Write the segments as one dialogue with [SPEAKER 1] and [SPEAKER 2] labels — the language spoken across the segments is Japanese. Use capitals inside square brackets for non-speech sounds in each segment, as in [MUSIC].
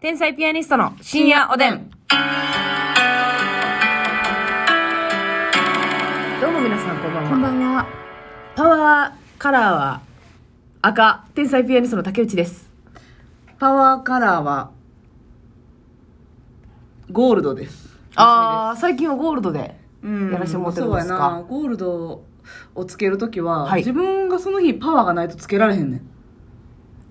[SPEAKER 1] 天才ピアニストの深夜おでん。どうも皆さんこんばんは。
[SPEAKER 2] こんばんは。
[SPEAKER 1] パワーカラーは赤、天才ピアニストの竹内です。
[SPEAKER 2] パワーカラーは、ゴールドです。
[SPEAKER 1] ああ、最近はゴールドでやらせてもらってるんです
[SPEAKER 2] そうや
[SPEAKER 1] か
[SPEAKER 2] な。。ゴールドをつけるときは、
[SPEAKER 1] はい
[SPEAKER 2] 自分がその日パワーがないとつけられへんねん。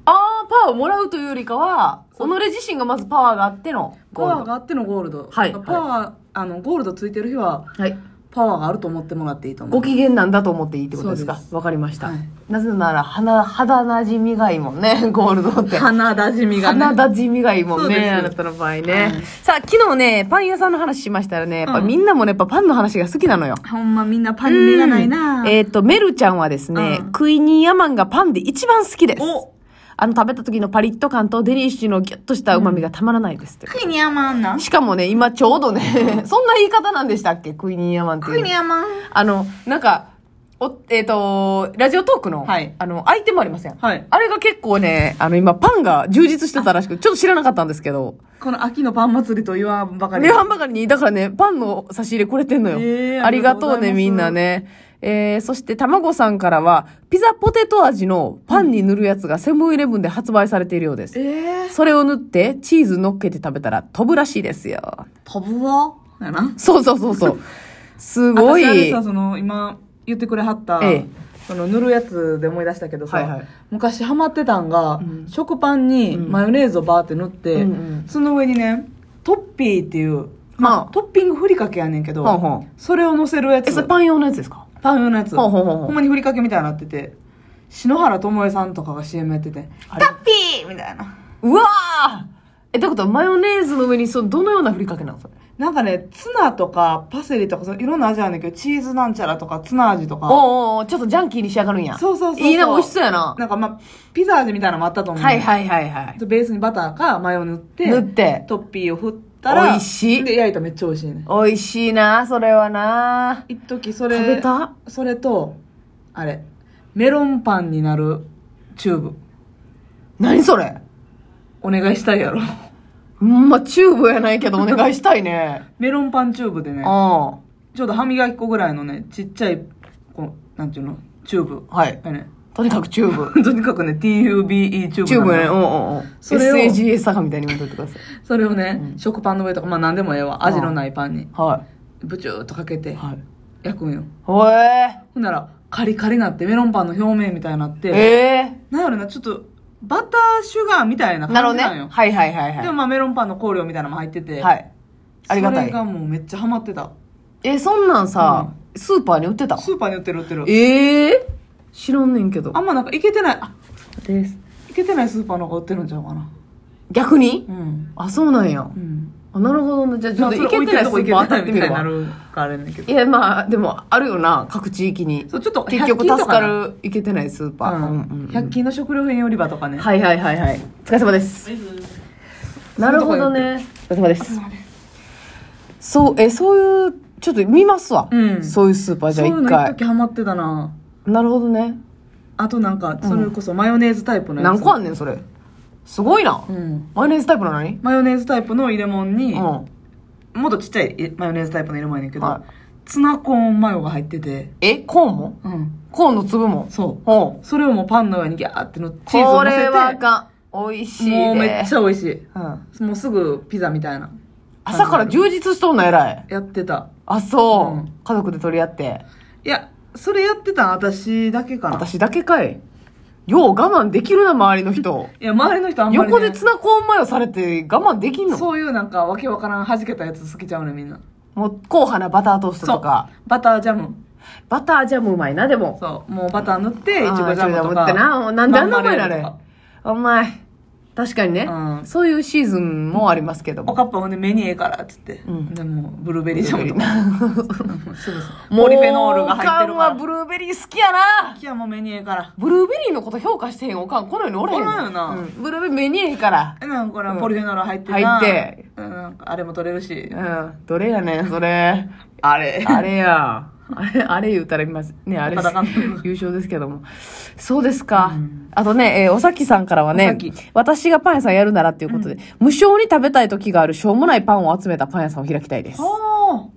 [SPEAKER 1] ああ、パワーをもらうというよりかは、己自身がまずパワーがあっての
[SPEAKER 2] パ
[SPEAKER 1] ゴー
[SPEAKER 2] ワー
[SPEAKER 1] ルド。
[SPEAKER 2] があってのゴールド。
[SPEAKER 1] はい
[SPEAKER 2] パワー、あの、ゴールドついてる日は、
[SPEAKER 1] はい。
[SPEAKER 2] パワーがあると思ってもらっていいと思
[SPEAKER 1] ご
[SPEAKER 2] う。
[SPEAKER 1] 機嫌なんだと思っていいってことですか
[SPEAKER 2] そうで
[SPEAKER 1] わかりました、
[SPEAKER 2] はい
[SPEAKER 1] なぜなら、鼻、肌なじみがいいもんね、ゴールドって。
[SPEAKER 2] 花なじみがね。
[SPEAKER 1] 鼻立ちみがいいもん
[SPEAKER 2] そうで
[SPEAKER 1] ね、
[SPEAKER 2] す
[SPEAKER 1] あなたの場合ね、
[SPEAKER 2] はい
[SPEAKER 1] さあ、昨日ね、パン屋さんの話しましたらね、やっぱ
[SPEAKER 2] うん
[SPEAKER 1] みんなもね、やっぱパンの話が好きなのよ。
[SPEAKER 2] ほんまみんなパン味がないな
[SPEAKER 1] うんえっ、と、メルちゃんはですね、
[SPEAKER 2] うん
[SPEAKER 1] クイニーヤマンがパンで一番好きです。
[SPEAKER 2] お
[SPEAKER 1] あの、食べた時のパリッと感とデニッシュのギュッとした旨味がたまらないですって。
[SPEAKER 2] クイニアマンな
[SPEAKER 1] しかもね、今ちょうどね、 [LAUGHS] そんな言い方なんでしたっけクイニーヤマンっていうの。
[SPEAKER 2] アマン。
[SPEAKER 1] あの、なんか、お、えっ、と、ラジオトークの、
[SPEAKER 2] はい
[SPEAKER 1] あの、相手もありません。
[SPEAKER 2] はい
[SPEAKER 1] あれが結構ね、あの、今、パンが充実してたらしく、ちょっと知らなかったんですけど、
[SPEAKER 2] この秋のパン祭りと言わんばかり。
[SPEAKER 1] 値段ばかりに、だからね、パンの差し入れくれてんのよ。
[SPEAKER 2] えー
[SPEAKER 1] ありがとう
[SPEAKER 2] ありがとうござい
[SPEAKER 1] ね、
[SPEAKER 2] ます
[SPEAKER 1] みんなね。えー、そして、たまごさんからは、ピザポテト味のパンに塗るやつがセブンイレブンで発売されているようです。
[SPEAKER 2] えー、
[SPEAKER 1] それを塗って、チーズ乗っけて食べたら飛ぶらしいですよ。
[SPEAKER 2] 飛ぶわ。やな。
[SPEAKER 1] そうそうそう
[SPEAKER 2] [LAUGHS]
[SPEAKER 1] そう。すごい。
[SPEAKER 2] 私あれさその今言ってくれはった、
[SPEAKER 1] ええ
[SPEAKER 2] その塗るやつで思い出したけどさ、
[SPEAKER 1] はいはい
[SPEAKER 2] 昔ハマってたんが、
[SPEAKER 1] ん
[SPEAKER 2] 食パンにマヨネーズをバーって塗って、
[SPEAKER 1] うんうん
[SPEAKER 2] その上にねトッピーっていう、
[SPEAKER 1] まあ
[SPEAKER 2] トッピングふりかけやねんけど、
[SPEAKER 1] ほんほん
[SPEAKER 2] それを乗せるやつ
[SPEAKER 1] え、それパン用のやつですか
[SPEAKER 2] パン用のやつ
[SPEAKER 1] ほうほうほうほうん
[SPEAKER 2] まにふりかけみたいになってて篠原ともえさんとかが CM やってて「
[SPEAKER 1] あ
[SPEAKER 2] タ
[SPEAKER 1] れ
[SPEAKER 2] ッピー!」みたいな
[SPEAKER 1] うわーえ、ってことはマヨネーズの上にそのどのようなふりかけなのそれ。
[SPEAKER 2] なんかねツナとかパセリとかそのいろんな味あるんだけどチーズなんちゃらとかツナ味とか
[SPEAKER 1] おうおうおうちょっとジャンキーに仕上がるんや。
[SPEAKER 2] そうそうそうそう
[SPEAKER 1] いいな、美味しそうやな。
[SPEAKER 2] なんかまあ、ピザ味みたいなのもあったと思う。
[SPEAKER 1] はいはいはいはい。
[SPEAKER 2] ベースにバターかマヨ塗って、
[SPEAKER 1] 塗って。
[SPEAKER 2] トッピーを振ったら、
[SPEAKER 1] 美味しい
[SPEAKER 2] で、焼いたらめっちゃ美味しいね。
[SPEAKER 1] 美味しいな、それはな。
[SPEAKER 2] 一時それ、
[SPEAKER 1] 食べた
[SPEAKER 2] それと、あれ、メロンパンになるチューブ、
[SPEAKER 1] 何それ
[SPEAKER 2] お願いしたいやろ。 [LAUGHS]
[SPEAKER 1] うんま、チューブやないけどお願いしたいね。
[SPEAKER 2] メロンパンチューブで
[SPEAKER 1] う
[SPEAKER 2] ね
[SPEAKER 1] ん。、は
[SPEAKER 2] ちょうど歯磨き粉ぐらいのね、ちっちゃい、こう、なんていうの、チューブ。
[SPEAKER 1] い。
[SPEAKER 2] がね、 [LAUGHS]
[SPEAKER 1] とにかくチューブ。
[SPEAKER 2] とにかくね、TUBE チューブなの。
[SPEAKER 1] チューブやね。うんうんうん。
[SPEAKER 2] それを
[SPEAKER 1] SAGA 坂みたいに見といてください。
[SPEAKER 2] それをね、食パンの上とか、まあ何でもええわ。味のないパンに、
[SPEAKER 1] は
[SPEAKER 2] ブチューっとかけて
[SPEAKER 1] い。、はい。
[SPEAKER 2] 焼くんよ。
[SPEAKER 1] ほえ
[SPEAKER 2] ほんなら、カリカリなって、メロンパンの表面みたいにな
[SPEAKER 1] ー。
[SPEAKER 2] って、
[SPEAKER 1] え
[SPEAKER 2] なんやろな、ちょっと、バターシュガーみたいな
[SPEAKER 1] ー。なるほ
[SPEAKER 2] 感
[SPEAKER 1] ど
[SPEAKER 2] じ
[SPEAKER 1] ね。
[SPEAKER 2] なんよ。
[SPEAKER 1] はいはいはいはい。
[SPEAKER 2] でもまあメロンパンの香料みたいなのも入ってて、
[SPEAKER 1] はい。ありがた
[SPEAKER 2] そ
[SPEAKER 1] い
[SPEAKER 2] れ。がもうめっちゃハマってた。
[SPEAKER 1] え、そんなんさ、スーパーに売ってた
[SPEAKER 2] スーパーに売ってる売ってる。
[SPEAKER 1] ええ知らんねんけど
[SPEAKER 2] あ。んまなんかいけてない、あ、
[SPEAKER 1] です。
[SPEAKER 2] いけてないスーパーの方が売ってるんちゃうかな。
[SPEAKER 1] 逆に
[SPEAKER 2] うん。
[SPEAKER 1] あ、そうなんや
[SPEAKER 2] う。ん。
[SPEAKER 1] あ、なるほどね。じゃあ、ちょっと
[SPEAKER 2] まあ
[SPEAKER 1] 行けてないとこ行
[SPEAKER 2] それ置い
[SPEAKER 1] けば
[SPEAKER 2] て
[SPEAKER 1] 当たってみ
[SPEAKER 2] る
[SPEAKER 1] れ
[SPEAKER 2] とこ行けてないみたいにな
[SPEAKER 1] ば。
[SPEAKER 2] るからあれやねんけど
[SPEAKER 1] い。や、まあ、でも、あるよな。各地域に。
[SPEAKER 2] そう、ちょっと、
[SPEAKER 1] 結局、
[SPEAKER 2] 100
[SPEAKER 1] 助
[SPEAKER 2] 均と
[SPEAKER 1] か
[SPEAKER 2] な。
[SPEAKER 1] る、行けてないスーパー。
[SPEAKER 2] うん。100均の食料品売り場とかね。
[SPEAKER 1] はいはいはいはい。お疲れ様です。なるほどね。お疲れ様です。そう、え、そういう、ちょっと見ますわ。
[SPEAKER 2] うん
[SPEAKER 1] そういうスーパーじ
[SPEAKER 2] そ
[SPEAKER 1] ゃ
[SPEAKER 2] う
[SPEAKER 1] あ
[SPEAKER 2] い
[SPEAKER 1] 一
[SPEAKER 2] うの一
[SPEAKER 1] 回。
[SPEAKER 2] 時ハマってたな。
[SPEAKER 1] なるほどね。
[SPEAKER 2] あとなんか、それこそマヨネーズタイプのやつ。
[SPEAKER 1] 何個あんねん、それ。すごいな。
[SPEAKER 2] うん。
[SPEAKER 1] マヨネーズタイプなのに
[SPEAKER 2] マヨネーズタイプの入れ物に、
[SPEAKER 1] うん。
[SPEAKER 2] もっとちっちゃいマヨネーズタイプの入れ物やねんけど、
[SPEAKER 1] は
[SPEAKER 2] ツナコーンマヨが入ってて、
[SPEAKER 1] え、コーンも
[SPEAKER 2] うん。
[SPEAKER 1] コーンの粒も
[SPEAKER 2] そ
[SPEAKER 1] ほ
[SPEAKER 2] う。それをもうパンの上にギャーっての
[SPEAKER 1] う。
[SPEAKER 2] チーズを乗せて、
[SPEAKER 1] これはあかん。美味しいで。
[SPEAKER 2] もうめっちゃ美味し
[SPEAKER 1] うん。
[SPEAKER 2] い。もうすぐピザみたいな。
[SPEAKER 1] 朝から充実しとんの偉い。
[SPEAKER 2] やってた。
[SPEAKER 1] あ、そう。
[SPEAKER 2] うん
[SPEAKER 1] 家族で取り合って。
[SPEAKER 2] いや、それやってたん私だけかな。
[SPEAKER 1] 私だけかい。よう我慢できるな、周りの人。
[SPEAKER 2] いや、周りの人あんまり、ね。
[SPEAKER 1] 横でツナコーンマヨされて我慢できんの
[SPEAKER 2] そういうなんかわけわからん弾けたやつ好きちゃうねみんな。
[SPEAKER 1] もう、硬派なバタートーストとか。
[SPEAKER 2] バタージャム。
[SPEAKER 1] バタージャムうまいな、でも。
[SPEAKER 2] そう。もうバター塗って、いちご
[SPEAKER 1] あー
[SPEAKER 2] ジャムと
[SPEAKER 1] いちご
[SPEAKER 2] か。
[SPEAKER 1] ってな。なんであんなうまいな、
[SPEAKER 2] マ
[SPEAKER 1] あ
[SPEAKER 2] ンマレー
[SPEAKER 1] れ
[SPEAKER 2] ドとか。
[SPEAKER 1] お前。確かにね、
[SPEAKER 2] うん
[SPEAKER 1] そういうシーズンもありますけど
[SPEAKER 2] お
[SPEAKER 1] も。
[SPEAKER 2] かっぱほんで目にええからっつって、
[SPEAKER 1] ん
[SPEAKER 2] でもうブルーベリー
[SPEAKER 1] [LAUGHS]
[SPEAKER 2] ジャムとかすぐ [LAUGHS] そう
[SPEAKER 1] もう
[SPEAKER 2] ポリフェノールが入ってる
[SPEAKER 1] おかん
[SPEAKER 2] か
[SPEAKER 1] は
[SPEAKER 2] ら
[SPEAKER 1] ブルーベリー好きやな。
[SPEAKER 2] キアも目にええから
[SPEAKER 1] ブルーベリーのこと評価してへんおかん、この世におれへん。
[SPEAKER 2] おらんよな
[SPEAKER 1] うんブルーベリー目にええから。
[SPEAKER 2] えなんかこれ
[SPEAKER 1] うん
[SPEAKER 2] ポリフェノール入ってな
[SPEAKER 1] 入って
[SPEAKER 2] うんなんかあれも取れるし
[SPEAKER 1] うん。どれやねん、それ。
[SPEAKER 2] [LAUGHS] あれ
[SPEAKER 1] あれや。あれ、あれ言うたら今、ね、あれ
[SPEAKER 2] 岡田監督、
[SPEAKER 1] 優勝ですけども。そうですか。
[SPEAKER 2] うん
[SPEAKER 1] あとね、えーおさきさんからは
[SPEAKER 2] おさ
[SPEAKER 1] ね
[SPEAKER 2] き、
[SPEAKER 1] 私がパン屋さんやるならっていうことで、無償に食べたい時があるしょうもないパンを集めたパン屋さんを開きたいです。
[SPEAKER 2] は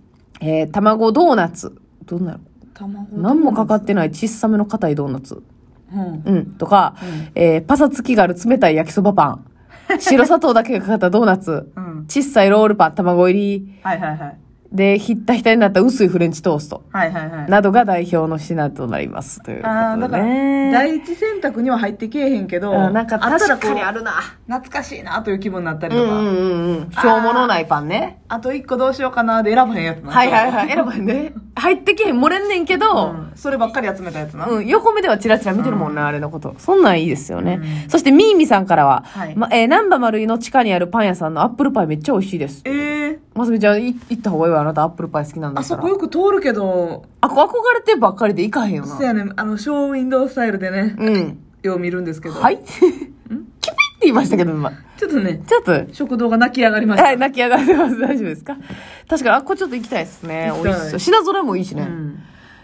[SPEAKER 1] えー卵ドーナツ。どんなの
[SPEAKER 2] あ卵
[SPEAKER 1] 何もかかってない小さめの硬いドーナツ。
[SPEAKER 2] うん
[SPEAKER 1] うん。とか、えーパサつきがある冷たい焼きそば
[SPEAKER 2] [LAUGHS]
[SPEAKER 1] パン。白砂糖だけがかかったドーナツ。
[SPEAKER 2] うん
[SPEAKER 1] 小さいロールパン、卵入り。
[SPEAKER 2] はいはいはい
[SPEAKER 1] で、ひったひたになった薄いフレンチトースト。
[SPEAKER 2] はいはいはい
[SPEAKER 1] などが代表の品となります。ということで、ね。
[SPEAKER 2] ああだから第一選択には入ってけえへんけど
[SPEAKER 1] うんなんか
[SPEAKER 2] あったら
[SPEAKER 1] 確
[SPEAKER 2] こう
[SPEAKER 1] かにあるな。
[SPEAKER 2] 懐かしいなという気分になったり
[SPEAKER 1] う
[SPEAKER 2] と
[SPEAKER 1] んう
[SPEAKER 2] か
[SPEAKER 1] んうんうん。しょうものないパンね。
[SPEAKER 2] あと一個どうしようかなで選ばへんやつな
[SPEAKER 1] はいはいはい。選ばんね。入ってけへん、漏れんねんけど、
[SPEAKER 2] うんそればっかり集めたやつな
[SPEAKER 1] うん、横目ではチラチラ見てるもんな、あれのこと。そんなんいいですよね。
[SPEAKER 2] うん
[SPEAKER 1] そして、ミーミさんからは、
[SPEAKER 2] はい
[SPEAKER 1] ま、えー、南波丸井の地下にあるパン屋さんのアップルパイめっちゃ美味しいです。
[SPEAKER 2] ええ
[SPEAKER 1] ますみちゃん、い行った方がいいわ、あなたアップルパイ好きなんだ
[SPEAKER 2] あ
[SPEAKER 1] った
[SPEAKER 2] そ
[SPEAKER 1] ら。
[SPEAKER 2] こよく通るけど
[SPEAKER 1] あこ憧れてばっかりで行かへんよ
[SPEAKER 2] そう
[SPEAKER 1] な。
[SPEAKER 2] やねあのショーウィンドウスタイルでね
[SPEAKER 1] うん。
[SPEAKER 2] よう見るんですけど
[SPEAKER 1] はいキュピって言いましたけど、今。
[SPEAKER 2] ちょっとね
[SPEAKER 1] ちょっと、
[SPEAKER 2] 食堂が泣き上がりました
[SPEAKER 1] はい、泣き上がってます。大丈夫ですか確かに、あ、これちょっと行きたいですね。
[SPEAKER 2] 行き
[SPEAKER 1] 美
[SPEAKER 2] たい
[SPEAKER 1] 味しそう。品揃えもいいし
[SPEAKER 2] う
[SPEAKER 1] ね。
[SPEAKER 2] ん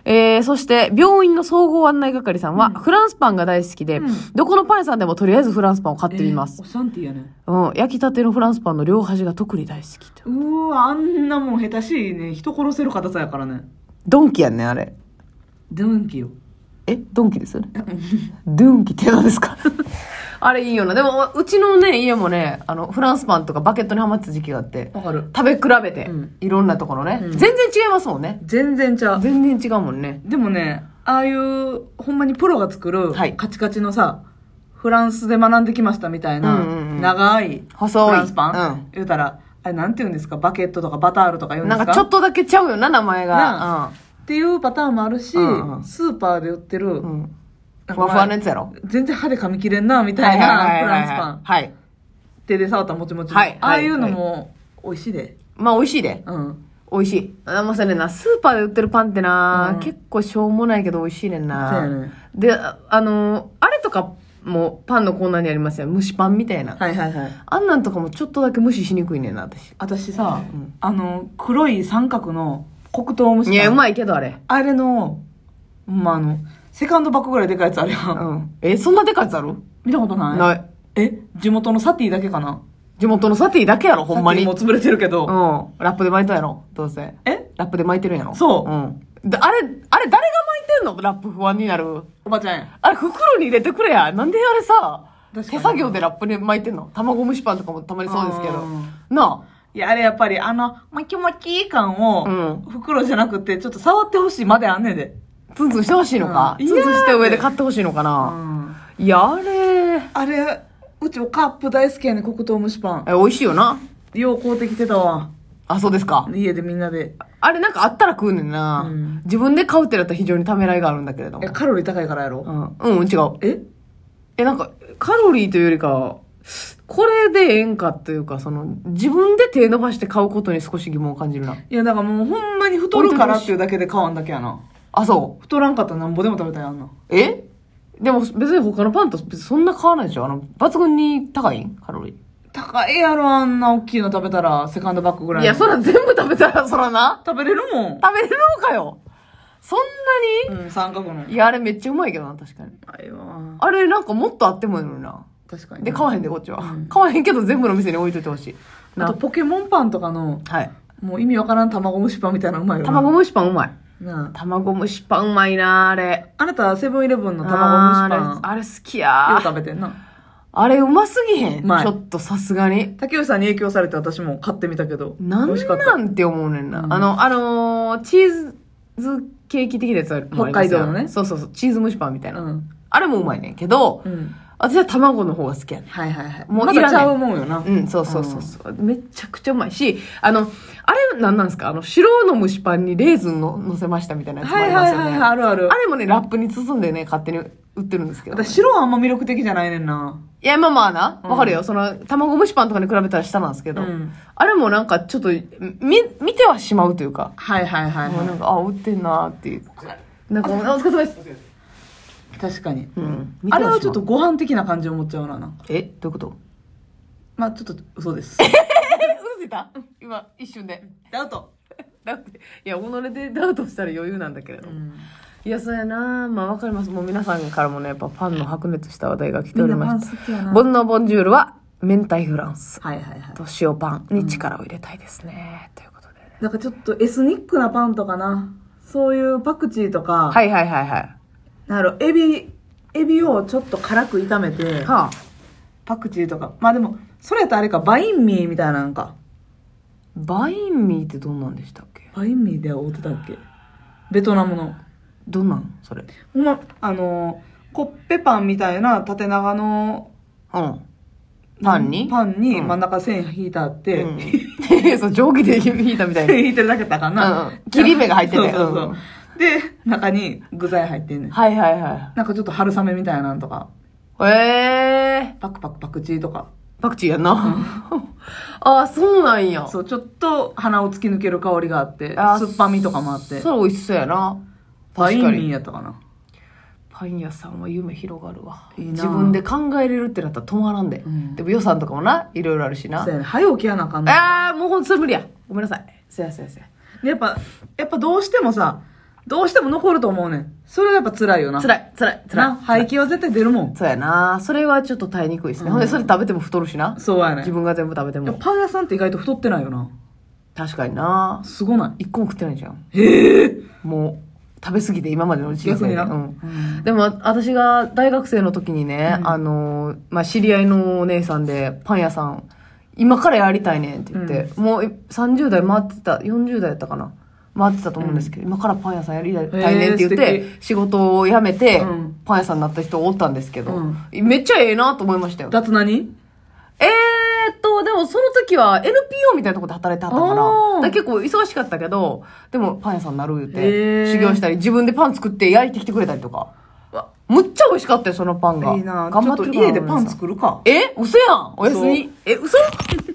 [SPEAKER 1] えー、そして、病院の総合案内係さんは、フランスパンが大好きで、
[SPEAKER 2] うん
[SPEAKER 1] どこのパン屋さんでもとりあえずフランスパンを買ってみます
[SPEAKER 2] えー。おサンティやね
[SPEAKER 1] うん、焼きたてのフランスパンの両端が特に大好きと。
[SPEAKER 2] うーわあんなもん下手しいね人殺せる硬さやからね
[SPEAKER 1] ドンキやんね、あれ。
[SPEAKER 2] ドンキよ
[SPEAKER 1] え、ドンキですよね。ドンキって何ですかあれいいよな。でも、うちのね、家もね、あの、フランスパンとかバケットにハマってた時期があって、
[SPEAKER 2] [LAUGHS] わかる
[SPEAKER 1] 食べ比べて、
[SPEAKER 2] うん
[SPEAKER 1] いろんなところね、
[SPEAKER 2] うん
[SPEAKER 1] 全然違いますもんね。
[SPEAKER 2] 全然ちゃう
[SPEAKER 1] 全然違うもんね。
[SPEAKER 2] でもねああいうほんまにプロが作る
[SPEAKER 1] はい
[SPEAKER 2] カチカチのさ、フランスで学んできましたみたいな、
[SPEAKER 1] うんうんうん
[SPEAKER 2] 長い
[SPEAKER 1] 細い
[SPEAKER 2] フランスパン、
[SPEAKER 1] うん
[SPEAKER 2] 言うたらあれなんて言うんですかバケットとかバタールとか言うんで
[SPEAKER 1] な
[SPEAKER 2] すか
[SPEAKER 1] んかちょっとだけちゃうよな、名前
[SPEAKER 2] な
[SPEAKER 1] が。
[SPEAKER 2] っていうパターンもあるし、
[SPEAKER 1] うんうん
[SPEAKER 2] スーパーで売ってる、
[SPEAKER 1] うん。うん。
[SPEAKER 2] なん
[SPEAKER 1] ふ
[SPEAKER 2] か
[SPEAKER 1] わふわのやつやろ。
[SPEAKER 2] 全然歯で噛み切れんなみたいなフランスパン
[SPEAKER 1] はい。
[SPEAKER 2] 手で触ったもちもちの、
[SPEAKER 1] はい
[SPEAKER 2] ああいうの
[SPEAKER 1] はい
[SPEAKER 2] も美味しいで、
[SPEAKER 1] まあ、美味しいで。
[SPEAKER 2] うん
[SPEAKER 1] 美味しい。あ、まさねんな、スーパーで売ってるパンってな、
[SPEAKER 2] うん
[SPEAKER 1] 結構しょうもないけど美味しいねんな。
[SPEAKER 2] そうやね
[SPEAKER 1] で、ああのー、あれとかもパンのコーナーにありますよ。蒸しパンみたいな。
[SPEAKER 2] はいはいはい
[SPEAKER 1] あんなんとかもちょっとだけ無視しにくいねんな、私。
[SPEAKER 2] 私さ、
[SPEAKER 1] うん
[SPEAKER 2] あの黒い三角の黒糖蒸しパン
[SPEAKER 1] いや、うまいけど、あれ。
[SPEAKER 2] あれの、まあ、あの、セカンドバッグぐらいでかいやつあるや。
[SPEAKER 1] うんん。え、そんなでかいやつある
[SPEAKER 2] [LAUGHS] 見たことない
[SPEAKER 1] ない。
[SPEAKER 2] え地元のサティだけかな
[SPEAKER 1] 地元のサティだけやろ、ほんまに。
[SPEAKER 2] サ
[SPEAKER 1] うん。
[SPEAKER 2] ティもう潰れてるけど。
[SPEAKER 1] ラップで巻いたんやろ、どうせ。
[SPEAKER 2] え
[SPEAKER 1] ラップで巻いてるんやろ
[SPEAKER 2] そう
[SPEAKER 1] うん。であれ、あれ誰が巻いてんのラップ不安になる。
[SPEAKER 2] おばちゃんや。
[SPEAKER 1] あれ袋に入れてくれや。なんであれさ
[SPEAKER 2] 確か、
[SPEAKER 1] 手
[SPEAKER 2] に
[SPEAKER 1] 作業でラップに巻いてんの卵蒸しパンとかもたまにそうですけど
[SPEAKER 2] うん。
[SPEAKER 1] ない
[SPEAKER 2] や、あれやっぱり、あの、巻き巻き感を、
[SPEAKER 1] う
[SPEAKER 2] 袋じゃなくて、ちょっと触ってほしいまであんねんで。
[SPEAKER 1] あ、ツンツンしてほしいのか。
[SPEAKER 2] う
[SPEAKER 1] ツ
[SPEAKER 2] ん
[SPEAKER 1] ンツンして上で買ってほしいのかな。いや、あれ、
[SPEAKER 2] あれ、うちおカップ大好きやねん黒糖蒸しパン。
[SPEAKER 1] え美味しいよな。
[SPEAKER 2] よう買うてきてたわ。
[SPEAKER 1] あ、そうですか。
[SPEAKER 2] 家でみんなで。
[SPEAKER 1] あれなんかあったら食うねんな
[SPEAKER 2] うん。
[SPEAKER 1] 自分で買うってなったら非常にためらいがあるんだけれど
[SPEAKER 2] え、
[SPEAKER 1] も。
[SPEAKER 2] カロリー高いからやろ。
[SPEAKER 1] うん、うん、違う。
[SPEAKER 2] え
[SPEAKER 1] え、なんか、カロリーというよりか、これでええんかというか、その、自分で手伸ばして買うことに少し疑問を感じるな。
[SPEAKER 2] いや、だからもうほんまに太るからっていうだけで買わんだけやな。
[SPEAKER 1] あ、そう。
[SPEAKER 2] 太らんかったらなんぼでも食べたいやんな。
[SPEAKER 1] えでも別に他のパンと別にそんな変わらないでしょあの、抜群に高いんカロリ
[SPEAKER 2] 高いやろ、あんな大きいの食べたら、セカンドバッグぐら
[SPEAKER 1] ー。
[SPEAKER 2] い。
[SPEAKER 1] いや、そら全部食べたらそらな。
[SPEAKER 2] 食べれるもん。
[SPEAKER 1] 食べれるのかよ。そんな
[SPEAKER 2] うん、三角の。
[SPEAKER 1] にいや、あれめっちゃうまいけどな、確かに。
[SPEAKER 2] あれは、
[SPEAKER 1] あれなんかもっとあってもいいのにな。
[SPEAKER 2] 確かに。
[SPEAKER 1] で、買わへんで、こっちは。買わへんけど全部の店に置いといてほしい。
[SPEAKER 2] あと、
[SPEAKER 1] な。
[SPEAKER 2] ポケモンパンとかの、
[SPEAKER 1] はい。
[SPEAKER 2] もう意味わからん卵蒸しパンみたいなのうまいよな。
[SPEAKER 1] 卵蒸しパンうまい。
[SPEAKER 2] なあ。
[SPEAKER 1] 卵蒸しパンうまいな、あれ。
[SPEAKER 2] あなた、セブンイレブンの卵蒸しパ
[SPEAKER 1] あーあれ
[SPEAKER 2] ン、
[SPEAKER 1] あれ好き
[SPEAKER 2] よ
[SPEAKER 1] や
[SPEAKER 2] う。食べてんな。
[SPEAKER 1] あれうますぎへん。
[SPEAKER 2] うまい
[SPEAKER 1] ちょっとさすがに。
[SPEAKER 2] 竹内さんに影響されて私も買ってみたけど。
[SPEAKER 1] なん
[SPEAKER 2] 美味しかった。
[SPEAKER 1] なんて思うねんな。
[SPEAKER 2] うん
[SPEAKER 1] あの、あのーチーズケーキ的なやつもありますよ
[SPEAKER 2] 北海道のね
[SPEAKER 1] そうそうそう、チーズ蒸しパンみたいな。
[SPEAKER 2] うん。
[SPEAKER 1] あれもうまいねんけど、
[SPEAKER 2] うん。
[SPEAKER 1] 私は卵の方が好きやねん。
[SPEAKER 2] はいはいはい。
[SPEAKER 1] もう
[SPEAKER 2] ま
[SPEAKER 1] いら
[SPEAKER 2] だ
[SPEAKER 1] ない
[SPEAKER 2] ちゃうもんよな。
[SPEAKER 1] うん、そうそうそうそう、めちゃくちゃうまいし、あの、あれなんなんですかあの、白の蒸しパンにレーズンの乗せましたみたいなやつもあ
[SPEAKER 2] は
[SPEAKER 1] り
[SPEAKER 2] いは
[SPEAKER 1] ます
[SPEAKER 2] い
[SPEAKER 1] よね。
[SPEAKER 2] はいはい、あるある
[SPEAKER 1] あ。れもね、ラップに包んでね、勝手に売ってるんですけど。
[SPEAKER 2] 私、白はあんま魅力的じゃないねんな。
[SPEAKER 1] いや、まあまあな。
[SPEAKER 2] うん
[SPEAKER 1] わかるよ。その、卵蒸しパンとかに比べたら下なんですけど。
[SPEAKER 2] うん
[SPEAKER 1] あれもなんかちょっと、み、見てはしまうというか。
[SPEAKER 2] はいはいはい
[SPEAKER 1] もうな
[SPEAKER 2] は
[SPEAKER 1] んか、あ、売ってんなーっていう。なんか、お疲れ様です。
[SPEAKER 2] い。確かに。
[SPEAKER 1] うん。
[SPEAKER 2] あれはちょっと、ご飯的な感じを持っちゃうな。なんか
[SPEAKER 1] え、どういうこと
[SPEAKER 2] まあちょっと嘘です。
[SPEAKER 1] え、うずいた今、一瞬で。
[SPEAKER 2] [LAUGHS] アウト。
[SPEAKER 1] だっていや己でダウトしたら余裕なんだけれど、
[SPEAKER 2] うん
[SPEAKER 1] いやそうやなまあわかりますもう皆さんからもねやっぱパンの白熱した話題が来て
[SPEAKER 2] み
[SPEAKER 1] お
[SPEAKER 2] ん
[SPEAKER 1] り
[SPEAKER 2] なパ
[SPEAKER 1] ま
[SPEAKER 2] ン
[SPEAKER 1] し
[SPEAKER 2] 好きや
[SPEAKER 1] た
[SPEAKER 2] な
[SPEAKER 1] ボンノーボンジュールは明太フランス
[SPEAKER 2] はいはいはい
[SPEAKER 1] と塩パンに力を入れたいですね、ということでね
[SPEAKER 2] なんかちょっとエスニックなパンとかなそういうパクチーとか、
[SPEAKER 1] はいはいはいはい
[SPEAKER 2] なんやろエビエビをちょっと辛く炒めて
[SPEAKER 1] はあ
[SPEAKER 2] パクチーとかまあでもそれやったらあれかバインミーみたいなんか
[SPEAKER 1] バインミーってどんなんでしたっけ
[SPEAKER 2] バインミーで会うてたっけベトナムの
[SPEAKER 1] どんなんそれう
[SPEAKER 2] ほんまあのコッペパンみたいな縦長の
[SPEAKER 1] んパンに
[SPEAKER 2] パンに
[SPEAKER 1] うん
[SPEAKER 2] 真ん中線引いてあって、
[SPEAKER 1] うん [LAUGHS] そう定規で引いたみたいな
[SPEAKER 2] 線引いてるだけだったかな、
[SPEAKER 1] うん
[SPEAKER 2] [LAUGHS]
[SPEAKER 1] うん切り目が入ってて
[SPEAKER 2] そうそうそう、
[SPEAKER 1] うん
[SPEAKER 2] で中に具材入ってんねん
[SPEAKER 1] [LAUGHS] はいはいは
[SPEAKER 2] なんかちょっと春雨みたいなんとか
[SPEAKER 1] いえ
[SPEAKER 2] パクパクパクチーとか
[SPEAKER 1] ー、パクチーやんな [LAUGHS] ああそうなんや
[SPEAKER 2] そうちょっと鼻を突き抜ける香りがあって
[SPEAKER 1] あー
[SPEAKER 2] 酸っぱみとかもあって
[SPEAKER 1] それ美味しそうやな
[SPEAKER 2] パイン
[SPEAKER 1] 確か
[SPEAKER 2] ミー
[SPEAKER 1] に
[SPEAKER 2] やったかな
[SPEAKER 1] パン屋さんは夢広がるわ
[SPEAKER 2] いいな
[SPEAKER 1] 自分で考えれるってなったら止まらんで、
[SPEAKER 2] ん
[SPEAKER 1] でも予算とかもないろいろあるしな
[SPEAKER 2] そうやね早起きやなあかんな
[SPEAKER 1] ああもうほんとそれ無理やごめんなさいせやせやせや
[SPEAKER 2] でやっぱやっぱどうしてもさどうしても残ると思うねんそれがやっぱ辛いよな
[SPEAKER 1] つらいつらいつら
[SPEAKER 2] ない排気は絶対出るもん
[SPEAKER 1] そうやなそれはちょっと耐えにくいですね、ほんでそれ食べても太るしな
[SPEAKER 2] そうやね
[SPEAKER 1] 自分が全部食べて
[SPEAKER 2] いや
[SPEAKER 1] も
[SPEAKER 2] パン屋さんって意外と太ってないよな
[SPEAKER 1] 確かにな
[SPEAKER 2] すごない
[SPEAKER 1] 一個も食ってないじゃん
[SPEAKER 2] へえも
[SPEAKER 1] 食べ過ぎて今までの人
[SPEAKER 2] 逆
[SPEAKER 1] 生
[SPEAKER 2] に
[SPEAKER 1] で、
[SPEAKER 2] な、
[SPEAKER 1] うん、
[SPEAKER 2] うん
[SPEAKER 1] でも私が大学生の時にね、
[SPEAKER 2] うん
[SPEAKER 1] あのーまあ、知り合いのお姉さんでパン屋さん今からやりたいねんって言って、もうえ30代回ってた40代やったかな回ってたと思うんですけど、今からパン屋さんやりたいねんって言っ
[SPEAKER 2] へ
[SPEAKER 1] て
[SPEAKER 2] ー素
[SPEAKER 1] 仕事を辞めて、
[SPEAKER 2] うん
[SPEAKER 1] パン屋さんになった人おったんですけど、
[SPEAKER 2] うん
[SPEAKER 1] めっちゃええなと思いましたよ
[SPEAKER 2] だって何
[SPEAKER 1] えーっと、でもその時は NPO みたいなとこで働いてはったから、だ
[SPEAKER 2] おー
[SPEAKER 1] から結構忙しかったけど、でもパン屋さんになる言う
[SPEAKER 2] へ
[SPEAKER 1] て、
[SPEAKER 2] ー
[SPEAKER 1] 修行したり、自分でパン作って焼いてきてくれたりとか
[SPEAKER 2] わ。
[SPEAKER 1] むっちゃ美味しかったよ、そのパンが。
[SPEAKER 2] いいな
[SPEAKER 1] 頑張って
[SPEAKER 2] ちょっ
[SPEAKER 1] る
[SPEAKER 2] と家でパン作るか
[SPEAKER 1] え嘘やんおやすみ。え、嘘